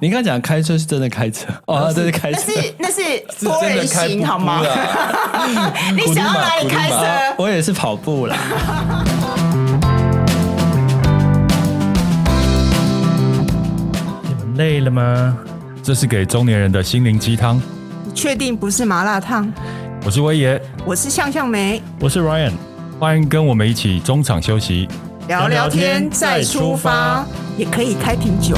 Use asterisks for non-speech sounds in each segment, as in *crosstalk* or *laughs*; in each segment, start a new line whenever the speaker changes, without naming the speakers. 你刚才讲开车是真的开车哦，这是开
那
车， *laughs*
是那是
*laughs* 是
多
真
人
的开
啊
行
瀑
好
布
吗？
啦
*laughs*
*laughs*
你想要哪里开
古力
车？
我也是跑步啦。
*laughs* 你们累了吗？
这是给中年人的心灵鸡汤。
你确定不是麻辣烫？
我是威爷，
我是向向梅，
我是 Ryan，
欢迎跟我们一起中场休息。
聊
聊
聊天
天
再
再
出
出
发
发，
也可以开瓶酒。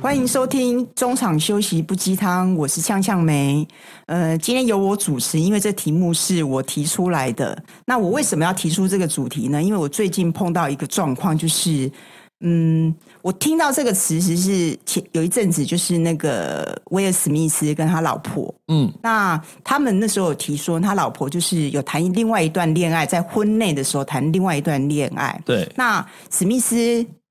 欢迎收听中场休息不鸡汤，我是向向梅。呃，今天由我主持，因为这题目是我提出来的。那我为什么要提出这个主题呢？因为我最近碰到一个状况，就是，嗯，我听到这个词其实是前有一阵子，就是那个威尔史密斯跟他老婆，
嗯，
那他们那时候有提说，他老婆就是有谈另外一段恋爱，在婚内的时候谈另外一段恋爱。
对，
那史密斯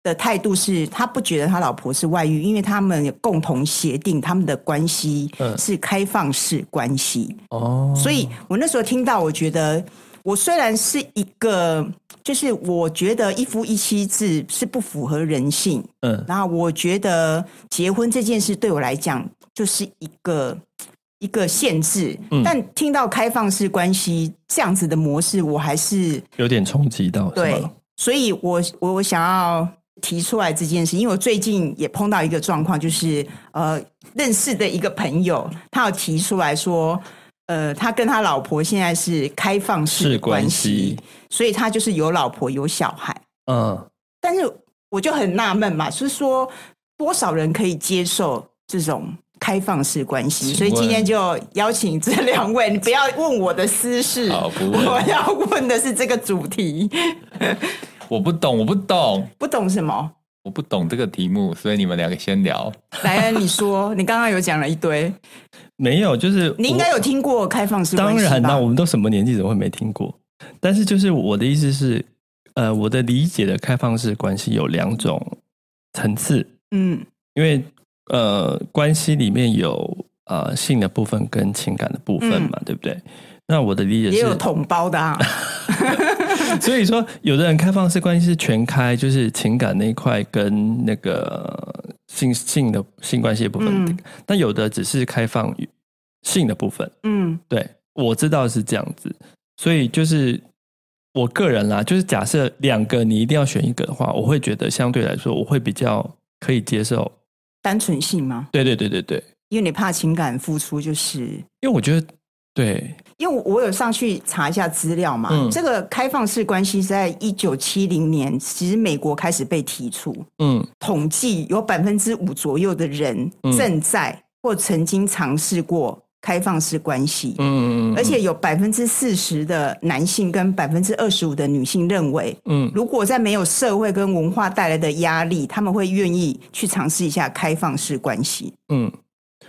的态度是他不觉得他老婆是外遇，因为他们有共同协定，他们的关系
嗯
是开放式关系。
哦，
所以我那时候听到，我觉得我虽然是一个，就是我觉得一夫一妻制是不符合人性，
嗯，
然后我觉得结婚这件事对我来讲就是一个一个限制，但听到开放式关系这样子的模式，我还是
有点冲击到，是
对
吗，
所以我我我想要提出来这件事，因为我最近也碰到一个状况，就是呃，认识的一个朋友，他有提出来说，呃，他跟他老婆现在是开放式
是
关
关
系
系，
所以他就是有老婆有小孩。
嗯，
但是我就很纳闷嘛，是说多少人可以接受这种开放式关系？
请问
所以今天就邀请这两位，你不要问我的私事，
好不问
我要问的是这个主题，
我不懂，我不懂，
不懂什么。
我不懂这个题目，所以你们两个先聊。
*laughs* 莱恩，你说你刚刚有讲了一堆，
没有，就是
你应该
我
有听过开放式关
当
系吧？
然啦，我们都什么年纪，怎么会没听过？但是就是我的意思是，呃，我的理解的开放式关系有两种层次，
嗯
因为呃，关系里面有呃性的部分跟情感的部分嘛，对不对？那我的理解是，
嗯也有统包的啊，
*laughs*
*laughs*
所以说，有的人开放式关系是全开，就是情感那一块跟那个性性的性关系的部分，
嗯
但有的只是开放性的部分。
嗯
对，我知道是这样子，所以就是我个人啦，就是假设两个你一定要选一个的话，我会觉得相对来说我会比较可以接受。
单纯性嘛，
对对对对对，
因为你怕情感付出就是
因为我觉得对，
因为我有上去查一下资料嘛，
嗯
这个开放式关系是在一九七零年，其实美国开始被提出，
嗯
统计有百分之五左右的人
嗯
正在或曾经尝试过开放式关系，
嗯嗯，嗯
而且有百分之四十的男性跟百分之二十五的女性认为，
嗯
如果在没有社会跟文化带来的压力，他们会愿意去尝试一下开放式关系，
嗯，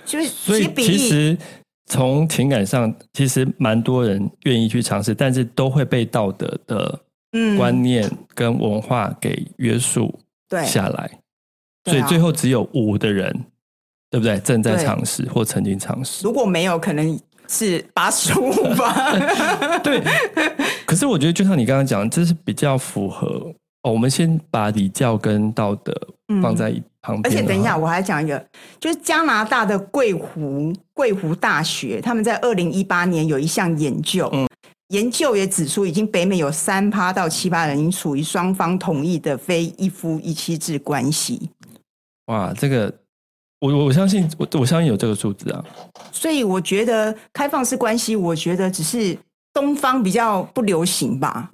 就是
所
其实
以
比
其
例
实从情感上，其实蛮多人愿意去尝试，但是都会被道德的
嗯
观念跟文化给约束
对
下来，所
对啊
以最后只有五的人，对不对？正在
对
尝试或曾经尝试，
如果没有，可能是八十五吧。
对。可是我觉得，就像你刚刚讲，这是比较符合哦。我们先把礼教跟道德放在一旁
*laughs* 嗯而
边、
且等一下，，我还讲一个，就是加拿大的贵湖贵湖大学，他们在二零一八年有一项研究，研究也指出，已经北美有三趴到七趴人已经处于双方同意的非一夫一妻制关系，
哇，这个我我我相信，我我相信有这个数字啊。
所以我觉得开放式关系，我觉得只是东方比较不流行吧，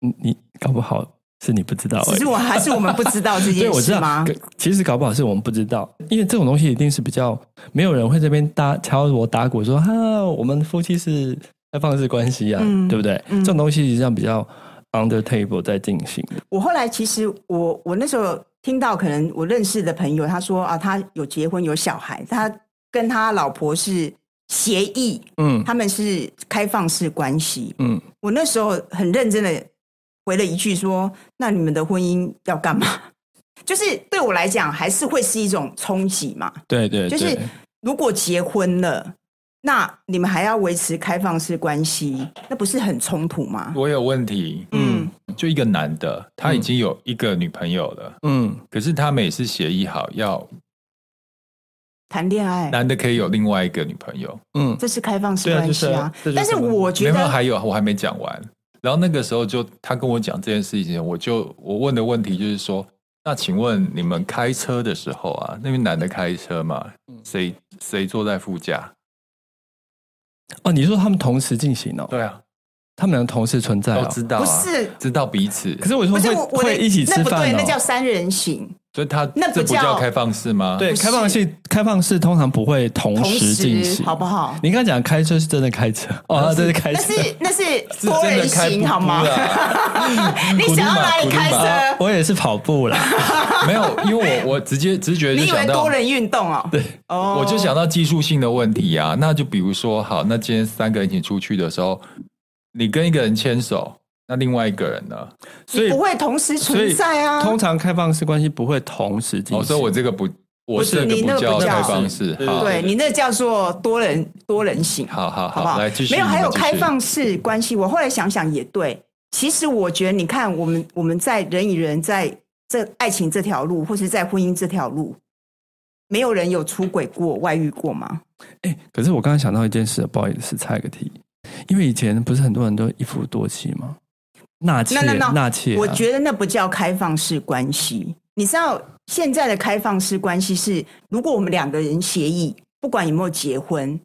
你你搞不好是你不知道、而
只
已。
是我还是我们不知道这
哦对，
件
我知
事
道
吗？。
可其实搞不好是我们不知道，因为这种东西一定是比较没有人会这边搭敲锣打鼓说哈、我们夫妻是开放式关系啊，
嗯
对不对？
嗯
这种东西实际上比较 under table 在进行的。
我后来其实我我那时候听到，可能我认识的朋友他说啊，他有结婚有小孩，他跟他老婆是协议，
嗯
他们是开放式关系。
嗯，
我那时候很认真的回了一句说：“那你们的婚姻要干嘛？” *laughs* 就是对我来讲，还是会是一种冲击嘛。
对对
就
对，
是如果结婚了，那你们还要维持开放式关系，那不是很冲突吗？
我有问题，
嗯，嗯
就一个男的，他已经有一个女朋友了，
嗯，
可是他们也是协议好，要
谈恋爱，
男的可以有另外一个女朋友。
嗯，
这是开放式
对啊
关
就是
系
啊
啊
这。就是
但是我觉
没有，
得，
还有我还没讲完。然后那个时候就他跟我讲这件事情，我就我问的问题就是说，那请问你们开车的时候啊，那边男的开车嘛，谁谁坐在副驾？
哦，你说他们同时进行哦，
对啊，
他们俩同时存在
都
哦。
知道、啊，
不是
知道彼此，
可是我说
不是
会
我我的
会一起吃
那不对，
饭
那叫
哦，
三人行，
所以他
那不
这不叫
叫
开放式吗？
对，
不是
开放式开放式通常不会同
同
时进
时
行，
好不好？
你刚才讲开车是真的开车哦，这是开
那
车， *laughs*
是那是
是
多
真
人
的开不
行好吗
不？
啊
啦
*laughs*
*laughs*
你想要哪里开
嗯
车？
我也是跑步 *laughs* 啦。
没有，因为我我直接直觉就
你以为
想到
多。人运动哦？对，哦
我就想到技术性的问题啊，那就比如说，好，那今天三个人一起出去的时候，你跟一个人牵手，那另外一个人呢？哦
所以
不会同时
所以
存在啊。
通常开放式关系不会同时进行。
哦，所以我这个不，我
是
这个
你那
不
个
叫
不叫
开放式。
对
好，
对你那叫做多人多人行，
好好
好不好？
来继续。
没有，
你们
还有
继续
开。放式关系。我后来想想也对，其实我觉得，你看，我们我们在人与人在这爱情这条路，或是在婚姻这条路，没有人有出轨过、外遇过吗？
哎、可是我刚刚想到一件事，不好意思，插一个题，因为以前不是很多人都一夫多妻吗？纳妾，
No, no, no
纳妾啊、
我觉得那不叫开放式关系。你知道现在的开放式关系是，如果我们两个人协议，不管有没有结婚，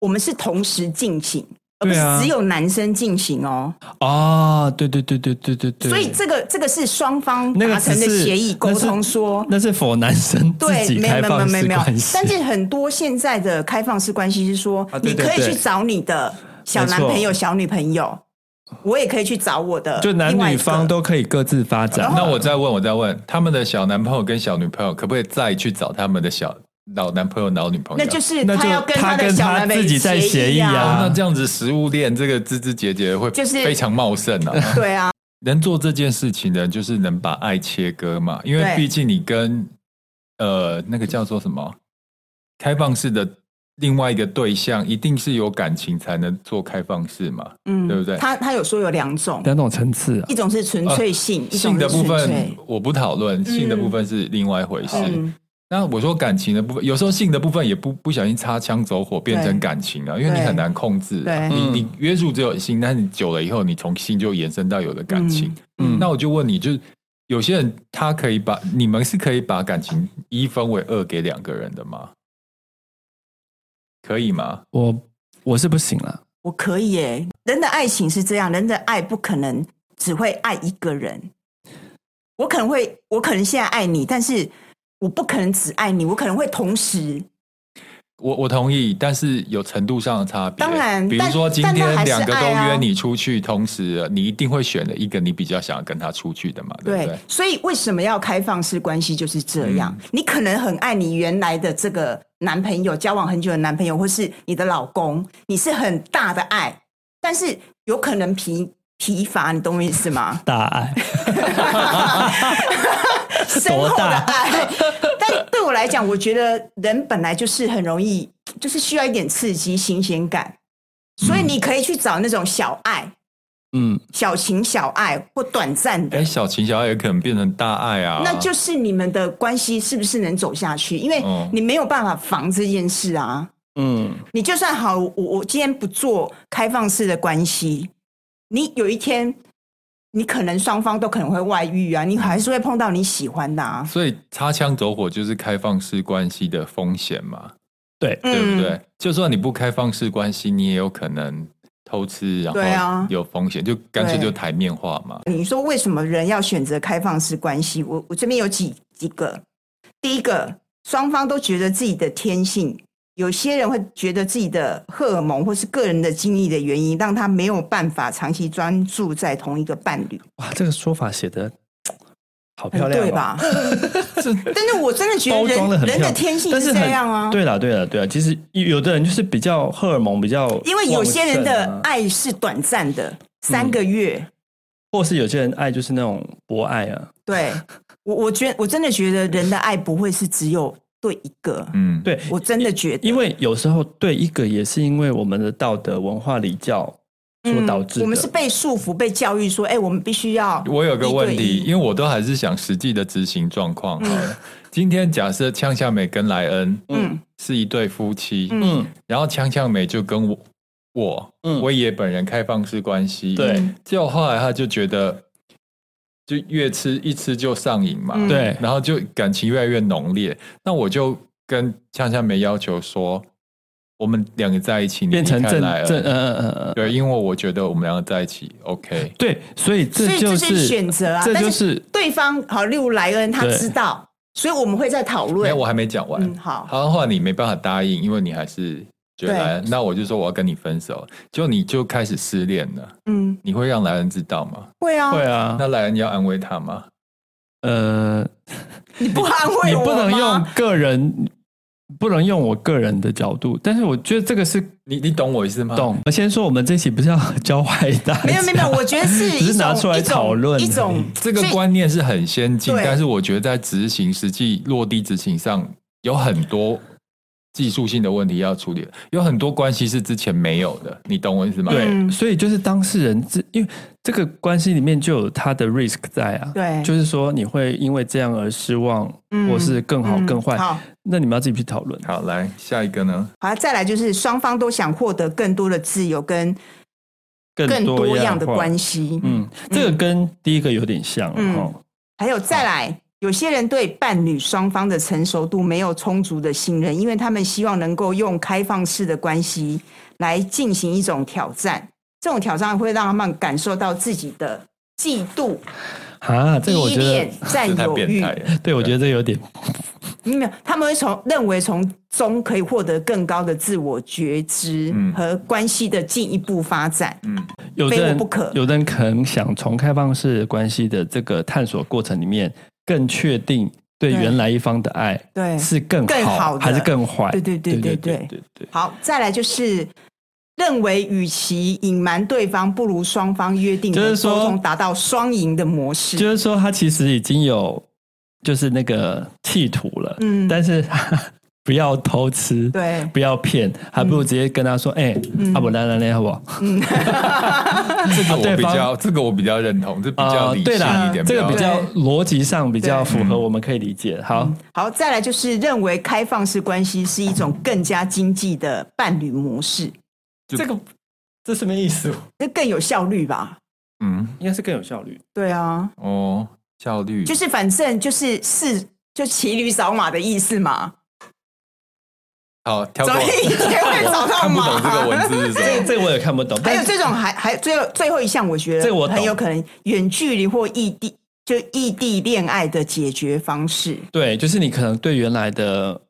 我们是同时进行，而不
对啊
是只有男生进行哦。
啊，对对对对对对对，
所以这个这个是双方
那个
达
只
成的
是
协议沟通说。
那是否男生自
对，
己
没有
开
没有没有
放
没有
式
没有
关系，，
但是很多现在的开放式关系是说，
啊对
你可
对
以
对
去找你的小男朋友、小女朋友，我也可以去找我
*laughs*
的，
就男女方。都可以各自发展。
那我再问，我再问，他们的小男朋友跟小女朋友可不可以再去找他们的小老男朋友、老女朋友？
那就是
那就
他要跟他
他
的
跟
小
他
男朋友
自己在协议
议
啊
哦那这样子食物链这个枝枝节节会
就是
非常茂盛啊。
*laughs* 对啊，
能做这件事情的，就是能把爱切割嘛，因为
对
毕竟你跟呃那个叫做什么开放式的另外一个对象，一定是有感情才能做开放式嘛。
嗯，
对不对
他他有说有两种，
两种层次啊，
一种是纯粹性，一
性
种
的
是
部
纯
分
粹。
我不讨论，性的部分是另外一回事。
嗯，
那我说感情的部分，有时候性的部分也不不小心擦枪走火，变成感情了，因为你
对
很难控制
对
啊、你
嗯
你约束只有性，但是你久了以后，你从性就延伸到有了感情。
嗯
那我就问你，就是有些人他可以把你们是可以把感情一分为二给两个人的吗？可以吗？
我我是不行了。？
我可以耶。人的爱情是这样，人的爱不可能只会爱一个人。我可能会，我可能现在爱你，但是我不可能只爱你，我可能会同时。
我我同意，但是有程度上的差别。
当然
比如说
但
今
但那
天
还是
两个都
爱啊
约你出去，同时你一定会选了一个你比较想跟他出去的嘛，对不嗯对？
所以为什么要开放式关系就是这样？你可能很爱你原来的这个男朋友，交往很久的男朋友，或是你的老公，你是很大的爱，但是有可能疲疲乏，你懂我意思吗
大爱，
深
多
厚的
大
爱。 *laughs* 但对我来讲，我觉得人本来就是很容易，就是需要一点刺激、新鲜感，所以
嗯
你可以去找那种小爱、
嗯，
小情小爱或短暂的
哎，。小情小爱也可能变成大爱啊。
那就是你们的关系是不是能走下去？因为
嗯
你没有办法防这件事啊。
嗯，
你就算好，我我今天不做开放式的关系，你有一天，你可能双方都可能会外遇啊，你还是会碰到你喜欢的啊。
所以擦枪走火就是开放式关系的风险嘛，
对，
对不
嗯
对？就算你不开放式关系，你也有可能偷吃，然
对
后
啊
有风险，就干脆
对
就台面化嘛。
你说为什么人要选择开放式关系？我我这边有几几个，第一个，双方都觉得自己的天性，有些人会觉得自己的荷尔蒙或是个人的经历的原因，让他没有办法长期专注在同一个伴侣，
哇，这个说法写的好漂
很
亮、哦，
对？吧？
*laughs*
但是我真的觉
包
得
装的
人
很
人
漂
的
亮，
天性
但是
这
很
样啊，
对啦，对啦，对啦。其实有的人就是比较荷尔蒙比较旺盛啊、啊嗯
因为有些人的爱是短暂的，三个月。
或是有些人爱就是那种博爱啊，
对我，我觉我真的觉得人的爱不会是只有对一个，
嗯，
对，
我真的觉得，
因为有时候对一个也是因为我们的道德文化礼教所导致的。
嗯我们是被束缚、被教育说，哎、我们必须要
我有个问
一对一
题，因为我都还是想实际的执行状况好了。今天假设枪下美跟莱恩
嗯
是一对夫妻，
嗯
嗯
然后枪下美就跟我我
嗯
威爷本人开放式关系，
对
结果后来他就觉得，就越吃一吃就上瘾嘛，
嗯
对
然后就感情越来越浓烈。那我就跟恰恰梅要求说，我们两个在一起，你
变成
离开
正
莱恩
正嗯嗯嗯嗯，
对，因为我觉得我们两个在一起 OK，
对，所以
所
这
以
就
这
是
是选择啊
这
但
就是是
对方好，例如莱恩他
对
知道，所以我们会在讨
没
论
有，。我还没讲完。
嗯，好，
好，后来你没办法答应，因为你还是觉得
对
莱恩，那我就说我要跟你分手，就你就开始失恋了，
嗯，
你会让莱恩知道吗？
会啊，
会啊，
那莱恩要安慰他吗？
呃，
你不安慰
你
我
不能
吗
用个人，不能用我个人的角度，但是我觉得这个是
你你懂我意思吗？
懂。我先说，我们这期不是要 *laughs* 教坏大家，
没有没有没有，我觉得是
只
一
是拿
种
出来
一种
讨论
一
而
种
已
这个
所以
观念是很先进，
对
但是我觉得在执行实际落地执行上有很多技术性的问题要处理，有很多关系是之前没有的，你懂我意思吗？
对，
嗯
所以就是当事人自，因为这个关系里面就有他的 risk 在啊，
对
就是说你会因为这样而失望，
嗯
或是更好
嗯
更坏，
好，
那你们要自己去讨论。
好，来下一个呢？
好，再来就是双方都想获得更多的自由跟更
多
多样的
化
关系。
嗯，这个跟第一个有点像
嗯
哦。
还有再来，有些人对伴侣双方的成熟度没有充足的信任，因为他们希望能够用开放式的关系来进行一种挑战。这种挑战会让他们感受到自己的嫉妒、
啊，这个我
依
觉得
恋、，占
这太
有
变
欲。
态了。
对我觉得这有点
没有，他们会从认为从中可以获得更高的自我觉知
嗯
和关系的进一步发展。
嗯，
有的
非我
人
不可
有的人可能想从开放式关系的这个探索过程里面，更确定对
对
原来一方的爱
对
是更
更
好
好的
还是更坏？
对对对
对
对对
对对。
好，再来就是认为，与其隐瞒对方，不如双方约定，
就是说
从达到双赢的模式。
就是说，他其实已经有就是那个企图了，
嗯
但是他不要偷吃，
对，嗯
不要骗，还不如直接跟他说：“哎、阿伯来来来，好不好
啊
这个啊我
对
比
方
较，这个我比较认同，这比较
啊
理性
对啦
一点，
这个比
比较
较逻辑上比较
对
符合，我们可以理解。好，
*laughs* 好，再来就是认为开放式关系是一种更加经济的伴侣模式，
就
这个这什么意思？
这更有效率吧？
嗯
应该是更有效率。
对啊，
哦，效率
就是反正就是是就骑驴找马的意思嘛，
好，跳过
找。一天会找到
看不
马。
懂这个文字是什
*laughs*
么。
这我也看不懂。
还有
但嗯
哎这种还还最后最后一项，我觉得
这个我懂
很有可能远距离或异地就异地恋爱的解决方式。
对，就是你可能对原来的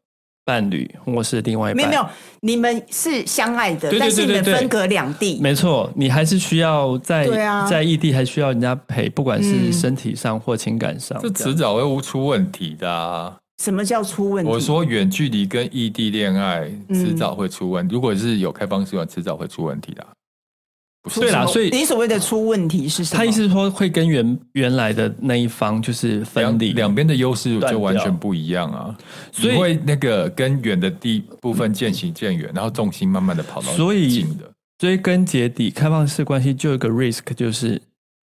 伴侣或是另外一半，
没有没有，你们是相爱的，
对对
但是你
对
们
对对
分隔两地。
没错，你还是需要在
对啊
在异地，还需要人家陪，不管是
嗯
身体上或情感上。
这
样
迟早会出问题的啊！
什么叫出问题？
*laughs* 我说远距离跟异地恋爱，
嗯
迟早会出
嗯
问。如果是有开放式关，迟早会出问题的啊、不是
对
什
啦
么
所以
你所谓的出问题是什么？
他意思是说会跟原原来的那一方就是分
两
离，
两边的优势
断掉
就完全不一样啊！
所以
你会那个跟远的地部分渐行渐远，然后重心慢慢的跑到
所以
近的。
追根结底，开放式关系就有一个 risk，就是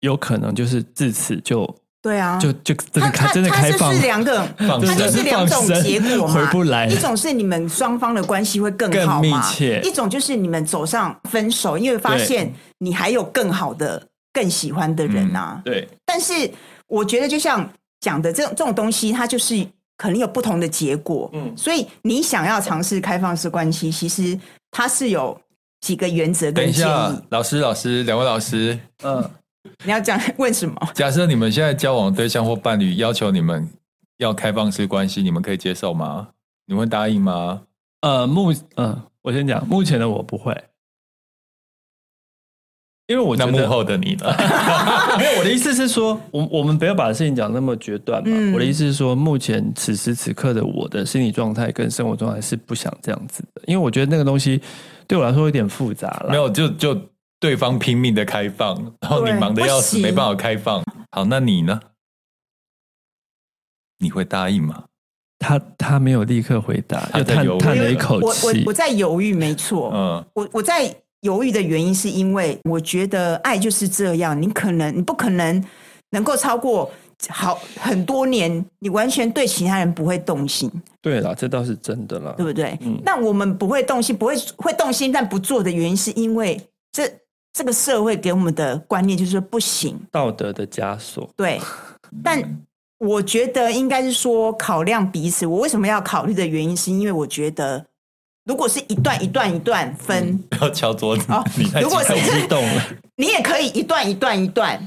有可能就是自此就
对啊，
就就真的
他
开
他
真的
他
开
就
放
是，两个，他
生
就是两种结果嘛，
回不来
一种是你们双方的关系会更好
更密
嘛，
切
一种就是你们走上分手，因为发
对
现你还有更好的、更喜欢的人啊。
对
但是我觉得，就像讲的这种这种东西，它就是可能有不同的结果。
嗯
嗯，所以你想要尝试开放式关系，其实它是有几个原则
等
跟
一
建
下
议。，
老师，老师，两位老师，
嗯，
你要讲问什么？
假设你们现在交往对象或伴侣要求你们要开放式关系，你们可以接受吗？你们会答应吗？
呃，目嗯，我先讲，目前的我不会，因为我觉
那
得
幕后的你呢？
*laughs* 没有，我的意思是说，我我们不要把事情讲那么决断嘛。
嗯
我的意思是说，目前此时此刻的我的心理状态跟生活状态是不想这样子的，因为我觉得那个东西对我来说有点复杂了。
没有，就就对方拼命的开放，然后你
对
忙得要死，
不行
没办法开放。好，那你呢？你会答应吗？
他他没有立刻回答，
他
又
在
*laughs* 叹
犹豫
叹了一口
我我
气
我。在犹豫，没错。
嗯，
我我在犹豫的原因是因为我觉得爱就是这样，你可能你不可能能够超过好很多年，你完全对其他人不会动心，
对啦，这倒是真的啦
对。不对？
嗯
那我们不会动心，不会会动心，但不做的原因是因为这这个社会给我们的观念就是说不行，
道德的枷锁， *laughs*
对，但我觉得应该是说考量彼此。我为什么要考虑的原因，是因为我觉得，如果是一段一段一段
嗯
分，
不要敲桌子
哦。
你太
如果
激动
是
激动
*laughs*
了。
你也可以一段一段一段，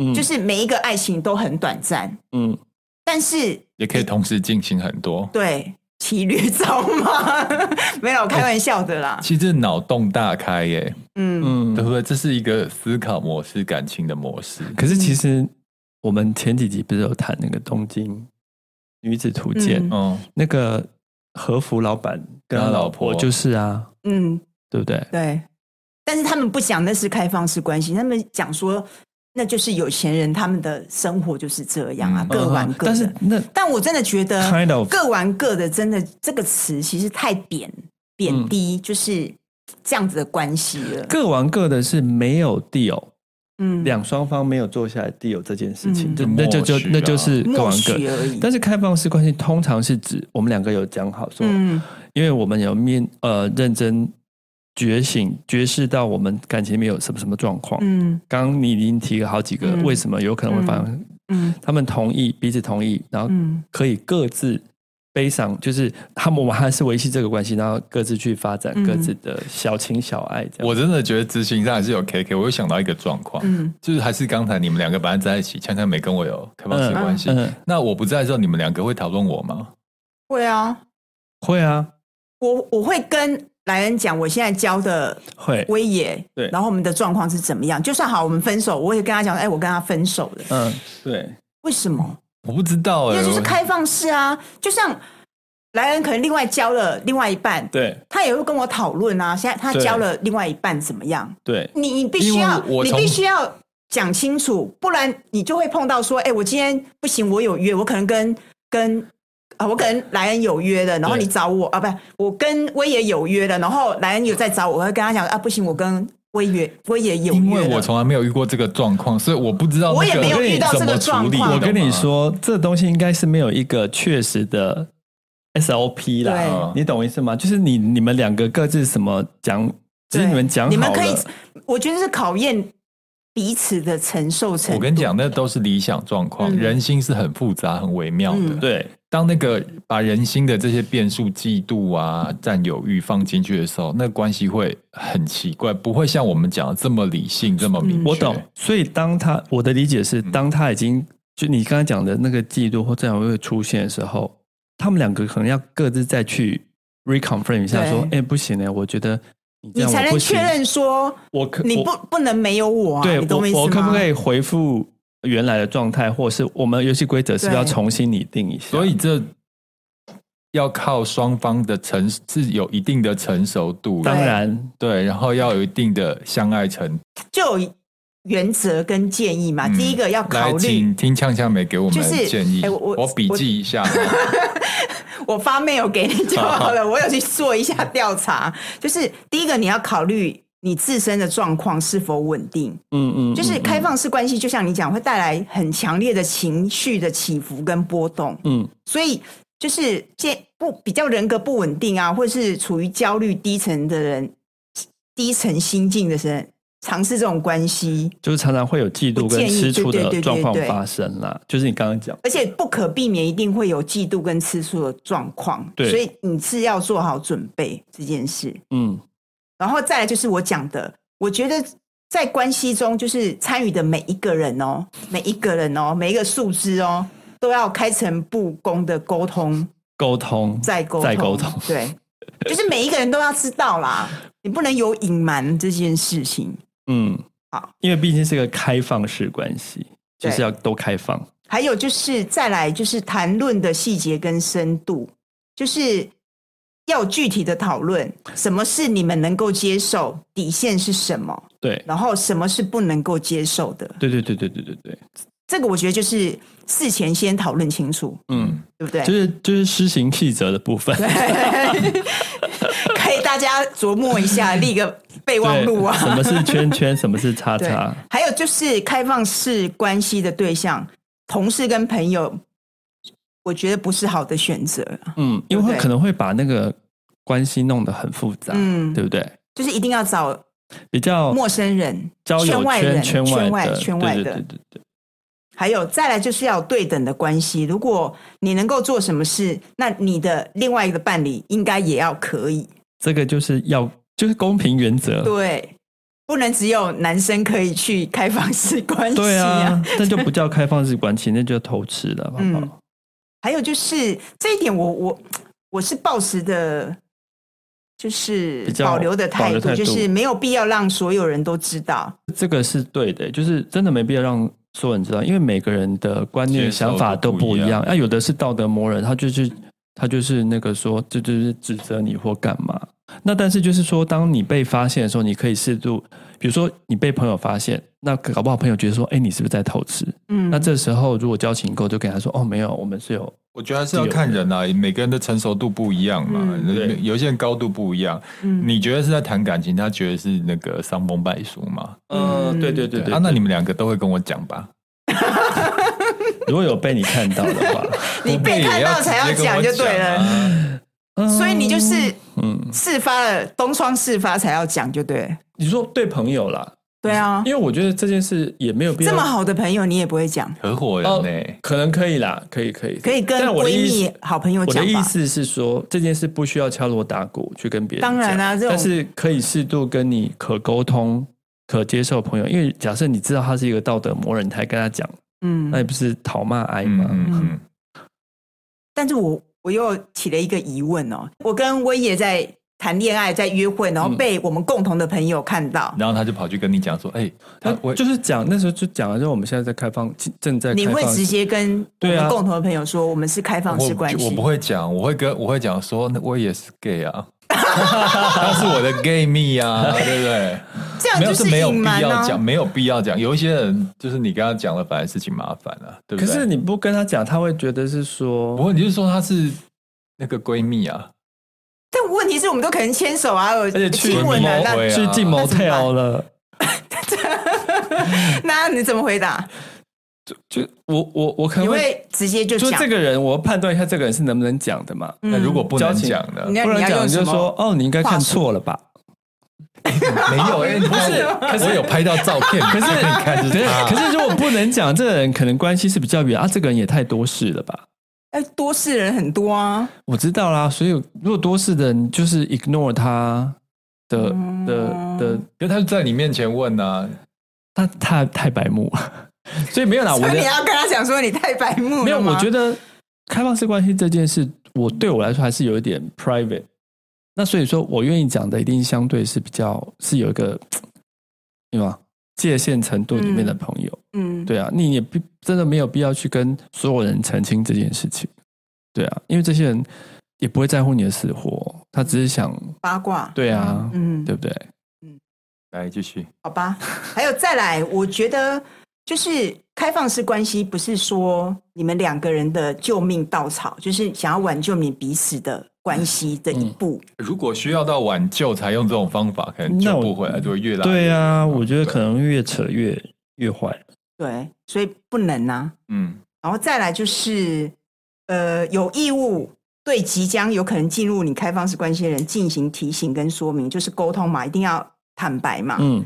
嗯，
就是每一个爱情都很短暂。
嗯，
但是，
也可以同时进行很多。
对，骑驴找马， *laughs* 没有开玩笑的啦。
其实脑洞大开耶，
嗯，
对不对？这是一个思考模式、感情的模式。
可是其实我们前几集不是有谈那个东京女子图鉴，
嗯
嗯，
那个和服老板跟他
他
老
老
婆
婆
就是啊，
嗯，
对不对？
对。但是他们不讲那是开放式关系，他们讲说那就是有钱人他们的生活就是这样啊，
嗯
各玩
嗯
各的。
但是那
但我真的觉得
Kind of
各玩各的，真的这个词其实太贬贬低，就是这样子的关系了。
嗯各玩各的是没有 deal，
嗯，
两双方没有坐下来 deal 这件事情，
嗯
这那就就
默许啊
那就是各
默
玩各
许。而已。
但是开放式关系通常是指我们两个有讲好说，
嗯
因为我们有面呃认真觉醒觉识到我们感情里面有什么什么状况。
嗯
刚刚你已经提了好几个
嗯
为什么有可能会发生，
嗯
他们同意彼此同意，然后
嗯
可以各自悲伤，就是他们我们还是维系这个关系，然后各自去发展
嗯
各自的小情小爱这样。
我真的觉得执行上还是有 KK。我又想到一个状况，
嗯
就是还是刚才你们两个本来在一起，强强没跟我有开放式关系。
嗯，
那我不在的时候，你们两个会讨论我吗？
会啊，
会啊，
我我会跟莱恩讲，我现在教的
会，
威爷，
对
然后我们的状况是怎么样？就算好，我们分手，我也跟他讲，哎，我跟他分手了。
嗯，对，
为什么？
我不知道哎、
因为就是
我
开放式啊，就像莱恩可能另外教了另外一半，
对，
他也会跟我讨论啊。现在他
对
交了另外一半怎么样？
对，
你你必须要
因为我，
你
从
必须要讲清楚，不然你就会碰到说，哎、我今天不行，我有约，我可能跟跟啊，我可能莱恩有约的，然后
对
你找我啊，不是，我跟威爷有约的，然后莱恩有在找我，我会跟他讲啊，不行，我跟威爷威爷有约的，
因为我从来没有遇过这个状况，所以我不知道
啊我
那
也
个
没有遇到
怎
这个
么
状
处理。
况
我跟
懂
你
吗，
说，这东西应该是没有一个确实的 SOP 啦，
对
嗯
你懂我意思吗？就是你你们两个各自什么讲，只
对
是你们讲
你们
好
可以
了，，
我觉得是考验彼此的承受程度。
我跟你讲，那都是理想状况，
嗯
人心是很复杂、很微妙的。
嗯
对，
当那个把人心的这些变数、嫉妒啊、占有欲放进去的时候，那关系会很奇怪，不会像我们讲的这么理性、这么
嗯
明确。嗯
我懂。所以当他我的理解是，当他已经就你刚才讲的那个嫉妒或占有欲出现的时候，他们两个可能要各自再去 reconfirm 一下，
对
说，哎、不行呢，我觉得你这
你
样
才
我
能
不行
确，认说
我可
你
我
不不能没有我啊，
对
你懂意思吗？
我，我可不可以回复原来的状态，或者是我们游戏规则是不是要
对
重新拟定一下？
所以这要靠双方的成是有一定的成熟度，
当然，
对，然后要有一定的相爱程度。
就有原则跟建议嘛？
嗯
第一个要
来
考，虑，
请听呛呛梅给我
就
们
是
建议。
哎我我
笔记一下。
我发 mail 给你就
*laughs*
好了。我有去做一下调查，就是第一个你要考虑你自身的状况是否稳定，
嗯嗯，
就是
嗯
开放式关系，就像你讲，会带来很强烈的情绪的起伏跟波动，
嗯
所以。就是健不比较人格不稳定啊，或是处于焦虑低沉的人，低沉心境的人，尝试这种关系，
就是常常会有嫉妒
我
跟
建议
吃醋
对对
的
对
状况
对对
发生啦。就是你刚刚讲，
而且不可避免一定会有嫉妒跟吃醋的状况，
对
所以你是要做好准备这件事。
嗯，
然后再来就是我讲的，我觉得在关系中，就是参与的每一个人哦，每一个人哦，每一个树枝哦，都要开诚布公的沟通，
沟通
再沟通，
再沟通，
对，就是每一个人都要知道啦，你不能有隐瞒这件事情。
嗯，
好，
因为毕竟是个开放式关系，就
对
是要都开放。
还有就是再来就是谈论的细节跟深度，就是要有具体的讨论，什么是你们能够接受，底线是什么，
对，
然后什么是不能够接受的。
对对对对对对对，
这个我觉得就是事前先讨论清楚，
嗯，
对不对？
就是就是施行细则的部分，
*laughs* 可以，大家琢磨一下，立个备忘录啊。
什么是圈圈，什么是叉
对
叉？，
还有就是开放式关系的对象，同事跟朋友，我觉得不是好的选择。
嗯，因为会
*laughs* 对不对
可能会把那个关系弄得很复杂，
嗯，
对不对？
就是一定要找
比较
陌生人、
交友
圈外
圈
人、
圈外的，
圈外
对
的
对对对对，
还有再来就是要有对等的关系。如果你能够做什么事，那你的另外一个伴侣应该也要可以。
这个就是要就是公平原则，
对，不能只有男生可以去开放式关系
对
啊
啊。，那就不叫开放式关系，那就偷吃了，好不
嗯
好？
还有就是这一点我，我我是抱持的，就是
比较
保留的
保
态
留
度，
态度
就是没有必要让所有人都知道。
这个是对的，就是真的没必要让所有人知道，因为每个人的观念、
接受
想法都
都不
不
一
一
样
样。那、啊有的是道德魔人，他就是他就是那个说，这就是指责你或干嘛。那但是就是说，当你被发现的时候，你可以适度，比如说你被朋友发现，那搞不好朋友觉得说，哎，你是不是在偷吃？
嗯，
那这时候如果交情够，就跟他说，哦，没有，我们是有
*laughs* 我觉得还是要看人啊，每个人的成熟度不一样嘛，
嗯
对
有些人高度不一样。
嗯
你觉得是在谈感情，他觉得是那个伤风败俗嘛？
嗯对对
啊，
啊，
那
那
你
你
们两个都会跟我讲吧？
如果有被你看到的 *laughs* 话，
你被看到才要讲就对了，
了。
所以你就是
啊嗯，
事发了，东窗事发才要讲，就对了。
你说对朋友啦，
对啊，
因为我觉得这件事也没有必要
这么好的朋友你也不会讲，
合伙人呢、
可能可以啦，可以可以
可以跟
但我的
闺
意思
蜜、好朋友
我的
讲
意
吧。
思是说，这件事不需要敲锣打鼓去跟别人讲。
当然啦这种
但是可以适度跟你可沟通、可接受的朋友，因为假设你知道他是一个道德魔人，你才跟他讲，
嗯
那你不是讨骂挨
嗯
吗？
嗯嗯，
但是我我又起了一个疑问哦，我跟威爷在谈恋爱，在约会，
嗯
然后被我们共同的朋友看到，
然后他就跑去跟你讲说：“哎、
他
他我
就是讲那时候就讲了，就是我们现在在开放，正在
你
开
会
放
直接跟我
对啊
们共同的朋友说，我们是开放式关
我我
系
不？会讲，我会跟我会讲说，那我也是 gay 啊， *laughs* 他是我的 gay 蜜啊，对不对？
这样 *laughs*
没有
就是是
没有
隐
必
瞒
要
啊。
讲，没有必要讲。有一些人就是你刚刚讲了，反而事情麻烦了、对不
可
对？
是你不跟他讲，他会觉得是说
不，过你是说他是那个闺蜜啊？
但问题是我们都可能牵手啊，有
而且去
亲吻啊，
某
那
对啊
去进
那怎么办
motel 了。
那你怎么回答？
就我我我可
你
能会
会直接就
就
讲？
这个人，我判断一下这个人是能不能讲的嘛。
那如果不能
交情
讲呢？
嗯你要
不
你
然讲
要用
就
什么
说哦，你应该看
话术
错了
*laughs*
吧？
没有，哎，你看我我有拍到照片，可
可是
你看
可
是
是
他，
可是如果不能讲，这个人可能关系是比较远啊，这个人也太多事了吧？
哎，多事人很多啊，
我知道啦，所以如果多事的人就是 ignore 他的
嗯
的的，
因为他就在你面前问啊，
他太太白目了， *laughs* 所以没有啊啦，我
所以
的
你要跟他讲说你太白目
*laughs*
了
没有，我觉
得
得开放式关系这件事，我对我来说还是有一点 private。那所以说我愿意讲的，一定相对是比较是有一个，对吗？界限程度里面的朋友，
嗯，
对啊，你也必真的没有必要去跟所有人澄清这件事情，对啊，因为这些人也不会在乎你的死活，他只是想，
八卦，
对啊，
嗯，
对不对？
来继续。
好吧，还有再来，我觉得就是开放式关系，不是说你们两个人的救命稻草，就是想要挽救你彼此的关系的
嗯
一步。
如果需要到挽救才用这种方法，可能
那
救
我
不回来，就会越来
对啊，
嗯
我觉得
对
可能越扯越越坏。
对，所以不能啊。
嗯，
然后再来就是，呃，有义务对即将有可能进入你开放式关系的人进行提醒跟说明，就是沟通嘛，一定要坦白嘛。
嗯，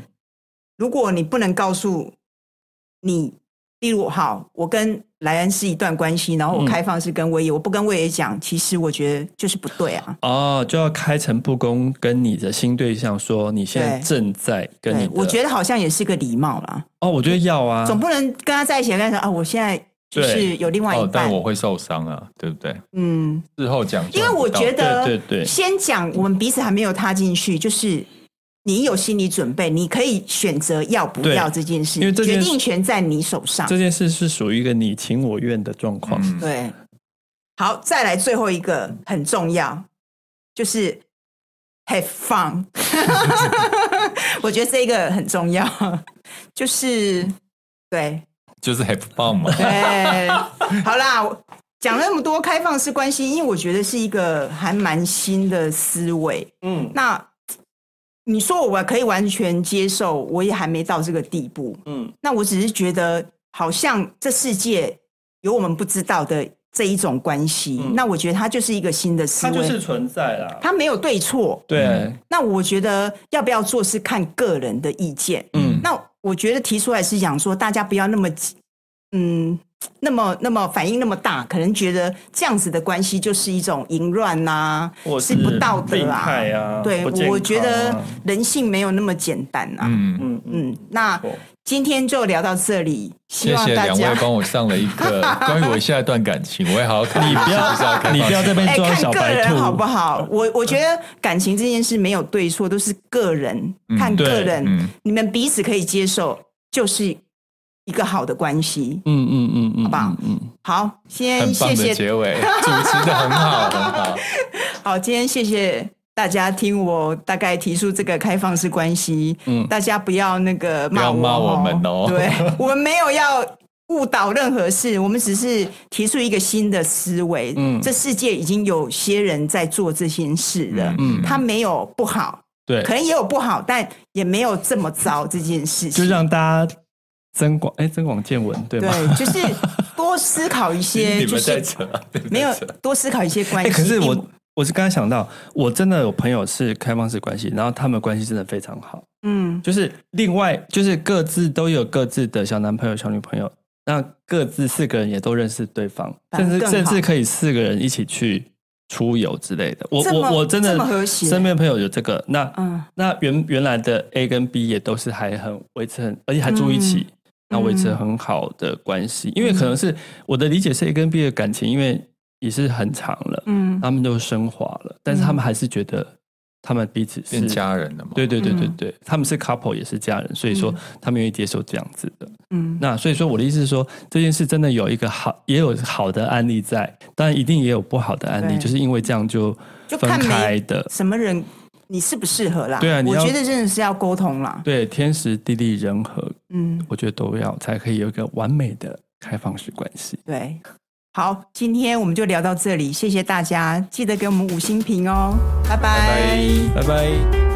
如果你不能告诉你，例如好，我跟莱恩是一段关系，然后我
嗯
开放式跟威爷，我不跟威爷讲，其实我觉得就是不对啊。
哦，就要开诚布公跟你的新对象说，你现在
对
正在跟你
对
的，，
我觉得好像也是个礼貌啦，
哦，我觉得要啊，
总不能跟他在一起跟他说啊，我现在就是
对
有另外一
哦，
半，
但我会受伤啊，对不对？
嗯，
事后讲，
因为我觉得
对对对
先讲我们彼此还没有踏进去，就是。你有心理准备，你可以选择要不
对
要这件事，
因为这件
决
事
定权在你手上。
这件事是属于一个你情我愿的状况。
嗯
对，好，再来最后一个很重要，就是 have fun。我觉得这个很重要，就是对
*laughs*
*laughs*
就是 have fun 嘛，
哎对，好啦，我讲了那么多开放式关系，因为我觉得是一个还蛮新的思维。
嗯
那你说我可以完全接受，我也还没到这个地步。
嗯
那我只是觉得，好像这世界有我们不知道的这一种关系。
嗯
那我觉得它就是一个新的思
它
维，
就是存在啦。嗯
它没有对错。
对，
那我觉得要不要做是看个人的意见。
嗯
那我觉得提出来是想说，大家不要那么，嗯，那么那么反应那么大，可能觉得这样子的关系就是一种淫乱啊呐、
或
是不道德
病
啊。
态
嗯
啊，
对
不健，康啊
我觉得人性没有那么简单啊。
嗯，
嗯嗯，
嗯，那
错
今天就聊到这里，希
谢
望
谢
大
两
家
位帮我上了一课，关于我下一段感情，我也好好考虑
你不
是不是要
要
开
你
放
不要
式
这边
哎、
*laughs*
装小
看个
白
人
兔
好不好？我
嗯
我觉得感情这件事没有对错，都是个人，
嗯
看
对
个人，
嗯
你们彼此可以接受，就是一个好的关系。
嗯嗯嗯嗯，
好不好
嗯，
好，先
很
谢
棒的
谢，
结尾，主持的很好，很好。
好，今天谢谢大家听我大概提出这个开放式关系，
嗯
大家不要那个骂
不要骂我们哦
对 *laughs* 我们没有要误导任何事，我们只是提出一个新的思维，
嗯
这世界已经有些人在做这些事了，
嗯
他没有不好，
对，
可能也有不好，但也没有这么糟这件事
就
情，
让大家增广哎增广见闻，对吗？
对， *laughs* 就是多思考
*laughs*
一些，
你
就
们在
是
扯啊，你们
没
在
有
扯
多思考一些关
哎、
系，
可是
并
我我是刚才想到，我真的有朋友是开放式关系，然后他们关系真的非常好，
嗯
就是另外就是各自都有各自的小男朋友、小女朋友，那各自四个人也都认识对方，
反而
甚至
更
甚至
好
可以四个人一起去出游之类的。我
这么
我我真的
这么和谐
身边朋友有这个，那、
嗯。
那原原来的 A 跟 B 也都是还很维持很，而且还住一
嗯
起。那维持很好的关系，因为可能是我的理解是 A 跟 B 的感情，因为也是很长了，
嗯
他们都升华了，但是他们还是觉得他们彼此是
变家人了嘛？
对对对对
嗯
对，他们是 couple 也是家人，所以说
嗯
他们愿意接受这样子的。
嗯，
那所以说我的意思是说，这件事真的有一个好，也有好的案例在，当然一定也有不好的案例，
对
就是因为这样就
就
分
看每
开的。
什么人你适不适合啦？
对啊你
我
要
觉得真的是要沟通啦。
对，天时地利人和，
嗯，
我觉得都要才可以有一个完美的开放式关系。
对。好，今天我们就聊到这里，谢谢大家，记得给我们五星评哦，拜拜
拜
拜
拜。
拜。